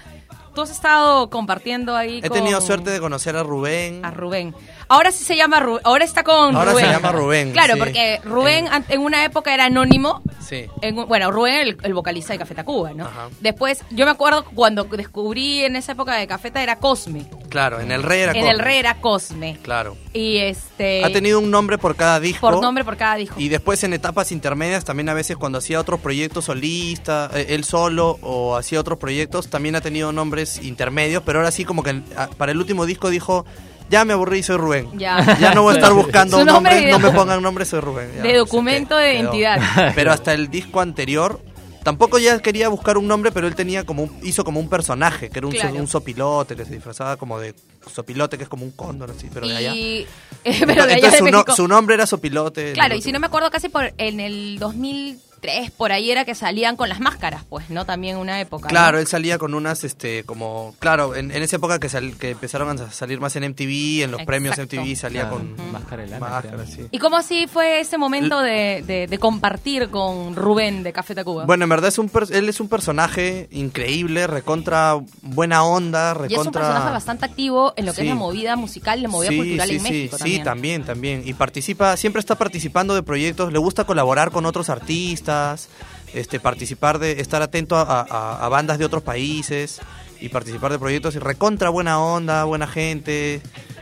B: tú has estado compartiendo ahí
C: He
B: con-
C: tenido suerte de conocer a Rubén.
B: A Rubén. Ahora sí se llama Rubén. Ahora está con
C: Ahora se
B: Rubén.
C: llama Rubén,
B: Claro,
C: sí.
B: porque Rubén an- en una época era anónimo.
C: Sí.
B: En un- bueno, Rubén, el, el vocalista de Café Tacuba, ¿no?
C: Ajá.
B: Después, yo me acuerdo cuando descubrí en esa época de Cafeta era Cosme.
C: Claro, en el Rey era
B: en
C: como-
B: el Re era Cosme.
C: Claro.
B: Y este.
C: Ha tenido un nombre por cada disco.
B: por nombre por cada disco.
C: Y después en etapas intermedias, también a veces cuando hacía otros proyectos solista, eh, él solo o hacía otros proyectos, también ha tenido nombres intermedios, pero ahora sí como que ah, para el último disco dijo, ya me aburrí, soy Rubén.
B: Ya.
C: no voy a estar buscando
B: Su
C: un
B: nombre
C: nombre,
B: de-
C: no me pongan nombre, soy Rubén. Ya,
B: De
C: se
B: documento
C: que-
B: de
C: quedó.
B: identidad.
C: Pero hasta el disco anterior... Tampoco ya quería buscar un nombre, pero él tenía como un- hizo como un personaje, que era un, so-
B: Claro.
C: un sopilote, que se disfrazaba como de sopilote, que es como un cóndor así, pero de allá.
B: Y- pero de allá
C: Entonces
B: de
C: su, no-
B: México.
C: su nombre era sopilote.
B: Claro, y si no me acuerdo casi por en el 2003, por ahí era que salían con las máscaras, pues, ¿no? También una época. ¿no?
C: Claro, él salía con unas, este, como, claro, en, en esa época que, sal- que empezaron a salir más en MTV, en los
B: Exacto.
C: premios MTV salía
A: Claro,
C: con
A: máscara de lana,
C: máscara,
A: creo.
C: sí.
B: ¿Y cómo así fue ese momento de, de- de compartir con Rubén de Café Tacuba?
C: Bueno, en verdad es un per- él es un personaje increíble, recontra buena onda,
B: y es
C: recontra.
B: un personaje bastante activo en lo que
C: Sí.
B: es la movida musical, la movida
C: sí,
B: cultural
C: sí,
B: en
C: sí,
B: México
C: sí,
B: también.
C: también, también. Y participa, siempre está participando de proyectos, le gusta colaborar con otros artistas, este, participar de, estar atento a, a- a bandas de otros países y participar de proyectos y recontra buena onda, buena gente.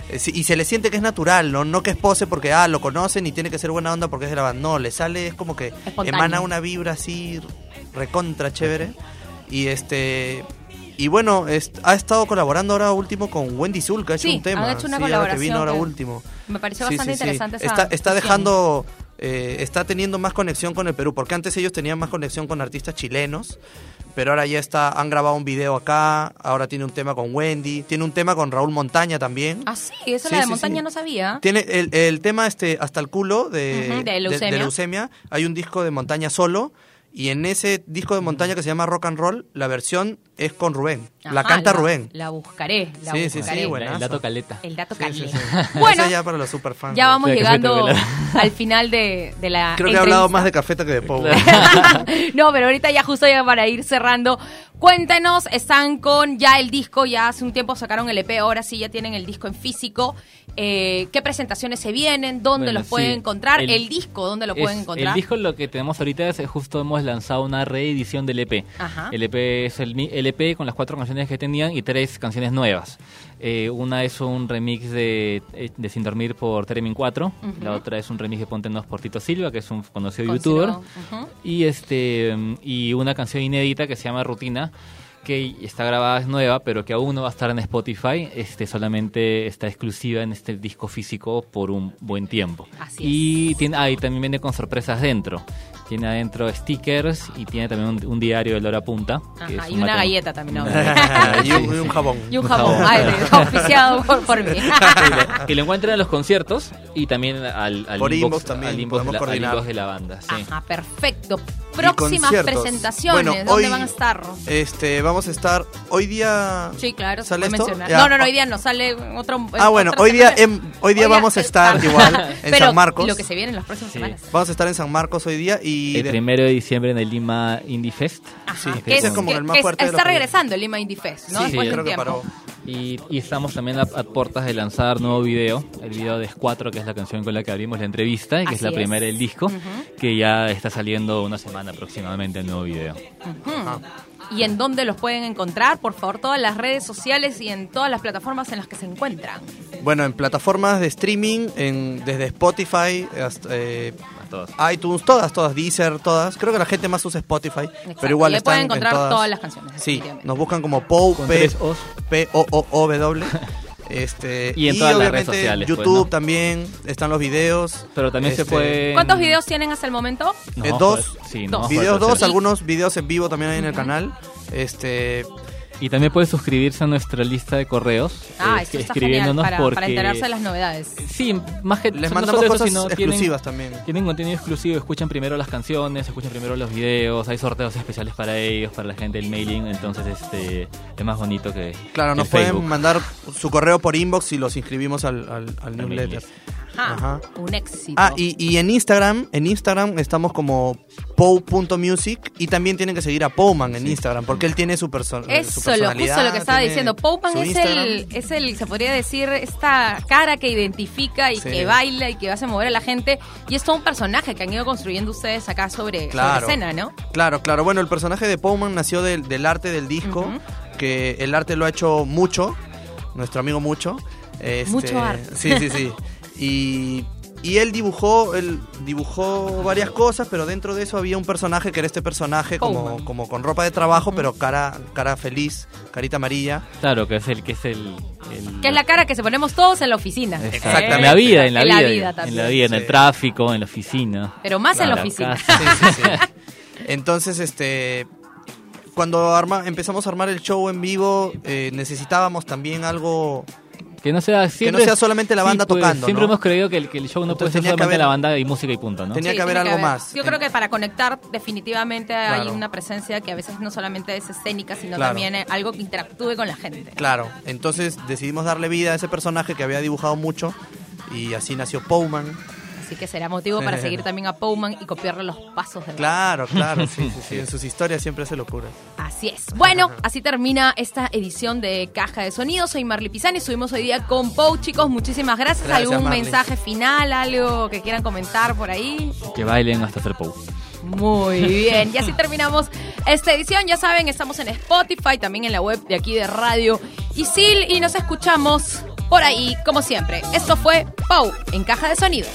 C: Eh, sí, Y se le siente que es natural, ¿no? No que es pose porque, ah, lo conocen y tiene que ser buena onda porque es de la banda. No, le sale, es como que
B: Espontáneo.
C: emana una vibra así recontra chévere. Y este... Y bueno, es- ha estado colaborando ahora último con Wendy Zulka, ha hecho
B: Sí,
C: un tema.
B: han hecho una
C: sí, ahora que
B: colaboración
C: vino ahora
B: que-
C: último.
B: Me pareció
C: Sí,
B: bastante
C: sí, sí.
B: interesante esa
C: Está, está
B: fusión.
C: dejando, eh, está teniendo más conexión con el Perú, porque antes ellos tenían más conexión con artistas chilenos, pero ahora ya está, han grabado un video acá, ahora tiene un tema con Wendy, tiene un tema con Raúl Montaña también.
B: Ah, sí, eso
C: Sí,
B: la de
C: sí,
B: montaña
C: sí.
B: no sabía.
C: Tiene el, el tema este hasta el culo de,
B: Ujú, de leucemia.
C: leucemia. Hay un disco de montaña solo. Y en ese disco de montaña que se llama Rock and Roll, la versión es con Rubén. la
B: Ajá,
C: canta Rubén.
B: Ah, La buscaré, la
C: Sí, sí,
B: buscaré.
C: sí,
A: El-
C: buenazo.
A: El dato caleta.
B: El dato
C: Sí, sí,
B: caliente.
C: sí.
B: Bueno,
C: Eso ya para los superfans.
B: ya vamos
A: Sí, que me
B: llegando
A: tengo que
B: al final de, de la
C: Creo que he hablado
B: Ah, entrevista.
C: más de cafeta que de Pou.
B: no, pero ahorita ya justo ya para ir cerrando, cuéntanos, están con ya el disco, ya hace un tiempo sacaron el EP, ahora sí ya tienen el disco en físico. Eh, ¿Qué presentaciones se vienen? ¿Dónde
A: Bueno,
B: los pueden
A: sí.
B: encontrar? El,
A: El-
B: disco, ¿dónde lo
A: Es-
B: pueden encontrar?
A: El disco lo que tenemos ahorita es eh, justo hemos lanzado una reedición del EP.
B: Ajá.
A: El EP es el, mi- el EP con las cuatro canciones que tenían y tres canciones nuevas. Eh, una es un remix de, eh, de Sin Dormir por Teremin 4, la otra es un remix de Ponte en Dos por Tito Silva, que es un conocido
B: Con
A: youtuber,
B: Ciro, ujú.
A: y este mm, y una canción inédita que se llama Rutina que está grabada es nueva, pero que aún no va a estar en Spotify, este solamente está exclusiva en este disco físico por un buen tiempo.
B: Así es.
A: y y tiene, ah, y también viene con sorpresas dentro. Tiene adentro stickers y tiene también un, un diario de Lora Punta. que
B: Ajá,
A: es
B: y
A: un
B: una
A: mate-
B: galleta también, ¿no?
C: y, un, y un jabón.
B: Y un jabón, Ay, oficiado por, por mí.
A: Que lo encuentran en los conciertos y también al, al
C: Por inbox
A: inbox,
C: también,
A: al inbox de
C: podemos
A: la, al
C: coordinar.
A: inbox de la banda. sí.
B: Ajá, perfecto. próximas
C: conciertos.
B: presentaciones?
C: Bueno,
B: ¿Dónde
C: hoy-
B: van a estar?
C: Este, vamos a estar hoy día.
B: Sí, claro, se
C: ¿Sale
B: puede
C: esto?
B: mencionar.
C: Ya.
B: No, no, no, hoy día no, sale otro.
C: Ah, bueno,
B: otra
C: hoy día,
B: semana.
C: em- hoy día vamos a estar igual en
B: Pero
C: San Marcos.
B: Lo que se viene en las próximas
A: Sí.
B: semanas.
C: Vamos a estar en San Marcos hoy día y
A: El
C: de-
A: primero de diciembre en el Lima Indie Fest.
B: Ajá,
C: Sí,
B: que
A: ese
B: es,
A: es como
B: que-
C: el más
B: que es-
C: fuerte de
B: está
C: los
B: regresando el Lima Indie Fest, ¿no?
C: Sí,
B: Después de
C: creo
B: un
C: que
B: tiempo.
C: paró.
A: Y, y estamos también a, a puertas de lanzar nuevo video, el video de Escuatro, que es la canción con la que abrimos la entrevista y que es
B: Así
A: la
B: es.
A: primera del disco,
B: Ujú.
A: que ya está saliendo una semana aproximadamente el nuevo video.
B: ¿Y en dónde los pueden encontrar? Por favor, todas las redes sociales y en todas las plataformas en las que se encuentran.
C: Bueno, en plataformas de streaming, en, desde Spotify hasta eh,
A: A todos.
C: iTunes, todas, todas, Deezer, todas. Creo que la gente más usa Spotify,
B: Exacto,
C: pero igual
B: y ahí
C: están
B: pueden
C: en
B: encontrar
C: todas.
B: todas las canciones,
C: Sí,
B: definitivamente.
C: nos buscan como Pou,
A: Con
C: P,
A: tres Os.
C: P O O O W. Este,
A: Y en todas las redes
C: obviamente
A: sociales, pues,
C: YouTube
A: ¿no?
C: también están los videos.
A: Pero también se
C: Este,
A: puede...
B: ¿Cuántos videos tienen hasta el momento?
A: No,
C: Eh,
A: joder,
C: dos.
A: sí, no, pues,
B: Dos.
A: joder,
C: Videos
A: pero
C: dos,
A: sí.
C: algunos videos en vivo también hay en el canal. Este,
A: Y también puede suscribirse a nuestra lista de correos,
B: Ah, eso
A: eh,
B: está genial
A: escribiéndonos
B: para,
A: porque...
B: para enterarse de las novedades.
A: Sí, más que
C: les
A: no
C: mandamos
A: solo eso,
C: cosas
A: sino tienen-
C: exclusivas también.
A: Tienen contenido exclusivo, escuchan primero las canciones, escuchan primero los videos, hay sorteos especiales para ellos, para la gente del mailing, entonces este es más bonito que
C: Claro,
A: que
C: nos
A: Facebook.
C: pueden mandar su correo por inbox y los inscribimos al, al- al newsletter.
A: mailing
B: Ajá,
C: Ajá.
B: Un éxito.
C: Ah, y, y en Instagram, en Instagram estamos como Pou.music y también tienen que seguir a Powman en Instagram porque él tiene su, perso- eh, su
B: Eso, lo,
C: personalidad.
B: justo lo que estaba
C: tiene
B: diciendo. Poupan
C: su
B: es
C: Instagram.
B: el, es el, se podría decir, esta cara que identifica y
C: Sí.
B: que baila y que hace mover a la gente. Y es todo un personaje que han ido construyendo ustedes acá sobre,
C: Claro.
B: sobre escena, ¿no?
C: Claro, claro. Bueno, el personaje de Powman nació del, del arte del disco, que el arte lo ha hecho mucho, nuestro amigo mucho. Este,
B: Mucho arte.
C: Sí, sí, sí. Y, y él dibujó, él dibujó varias cosas, pero dentro de eso había un personaje que era este personaje como,
B: Powman.
C: como con ropa de trabajo, pero cara, cara feliz, carita amarilla.
A: Claro, que es el que es el, el-
B: Que es la cara que se ponemos todos en la oficina.
A: Exacto.
C: Exactamente.
A: En la vida, en la
B: En la
A: vida,
B: vida
A: en
B: también,
A: la vida, en
C: sí.
A: el tráfico, en la oficina.
B: Pero más en la
A: Claro.
B: oficina.
A: Casa.
C: Sí, sí, sí. Entonces, este. Cuando arma, empezamos a armar el show en vivo, eh, necesitábamos también algo
A: Que no sea siempre
C: sea solamente la banda
A: pues,
C: tocando,
A: Siempre
C: ¿no?
A: hemos creído que el, que el show no
C: Entonces
A: puede ser
C: tenía que
A: solamente
C: haber-
A: la banda y música y punto, ¿no?
C: Tenía que haber
B: tiene
C: algo más.
B: Yo
C: En-
B: creo que para conectar definitivamente hay
C: Claro.
B: una presencia que a veces no solamente es escénica, sino
C: Claro.
B: también eh, algo que interactúe con la gente.
C: Claro, entonces decidimos darle vida a ese personaje que había dibujado mucho y así nació Powman.
B: Así que será motivo para seguir también a Powman y copiarle los pasos de
C: Claro, claro, sí, sí, sí, en sus historias siempre hace locuras.
B: Así es. Bueno, así termina esta edición de Caja de Sonido. Soy Marley Pisani. Subimos hoy día con Pou, chicos. Muchísimas gracias.
C: Gracias,
B: ¿Algún
C: Marley.
B: mensaje final? ¿Algo que quieran comentar por ahí?
A: Que bailen hasta hacer pow.
B: Muy bien, y así terminamos esta edición. Ya saben, estamos en Spotify, también en la web de aquí de Radio Isil y nos escuchamos por ahí, como siempre. Esto fue Pau en Caja de Sonido.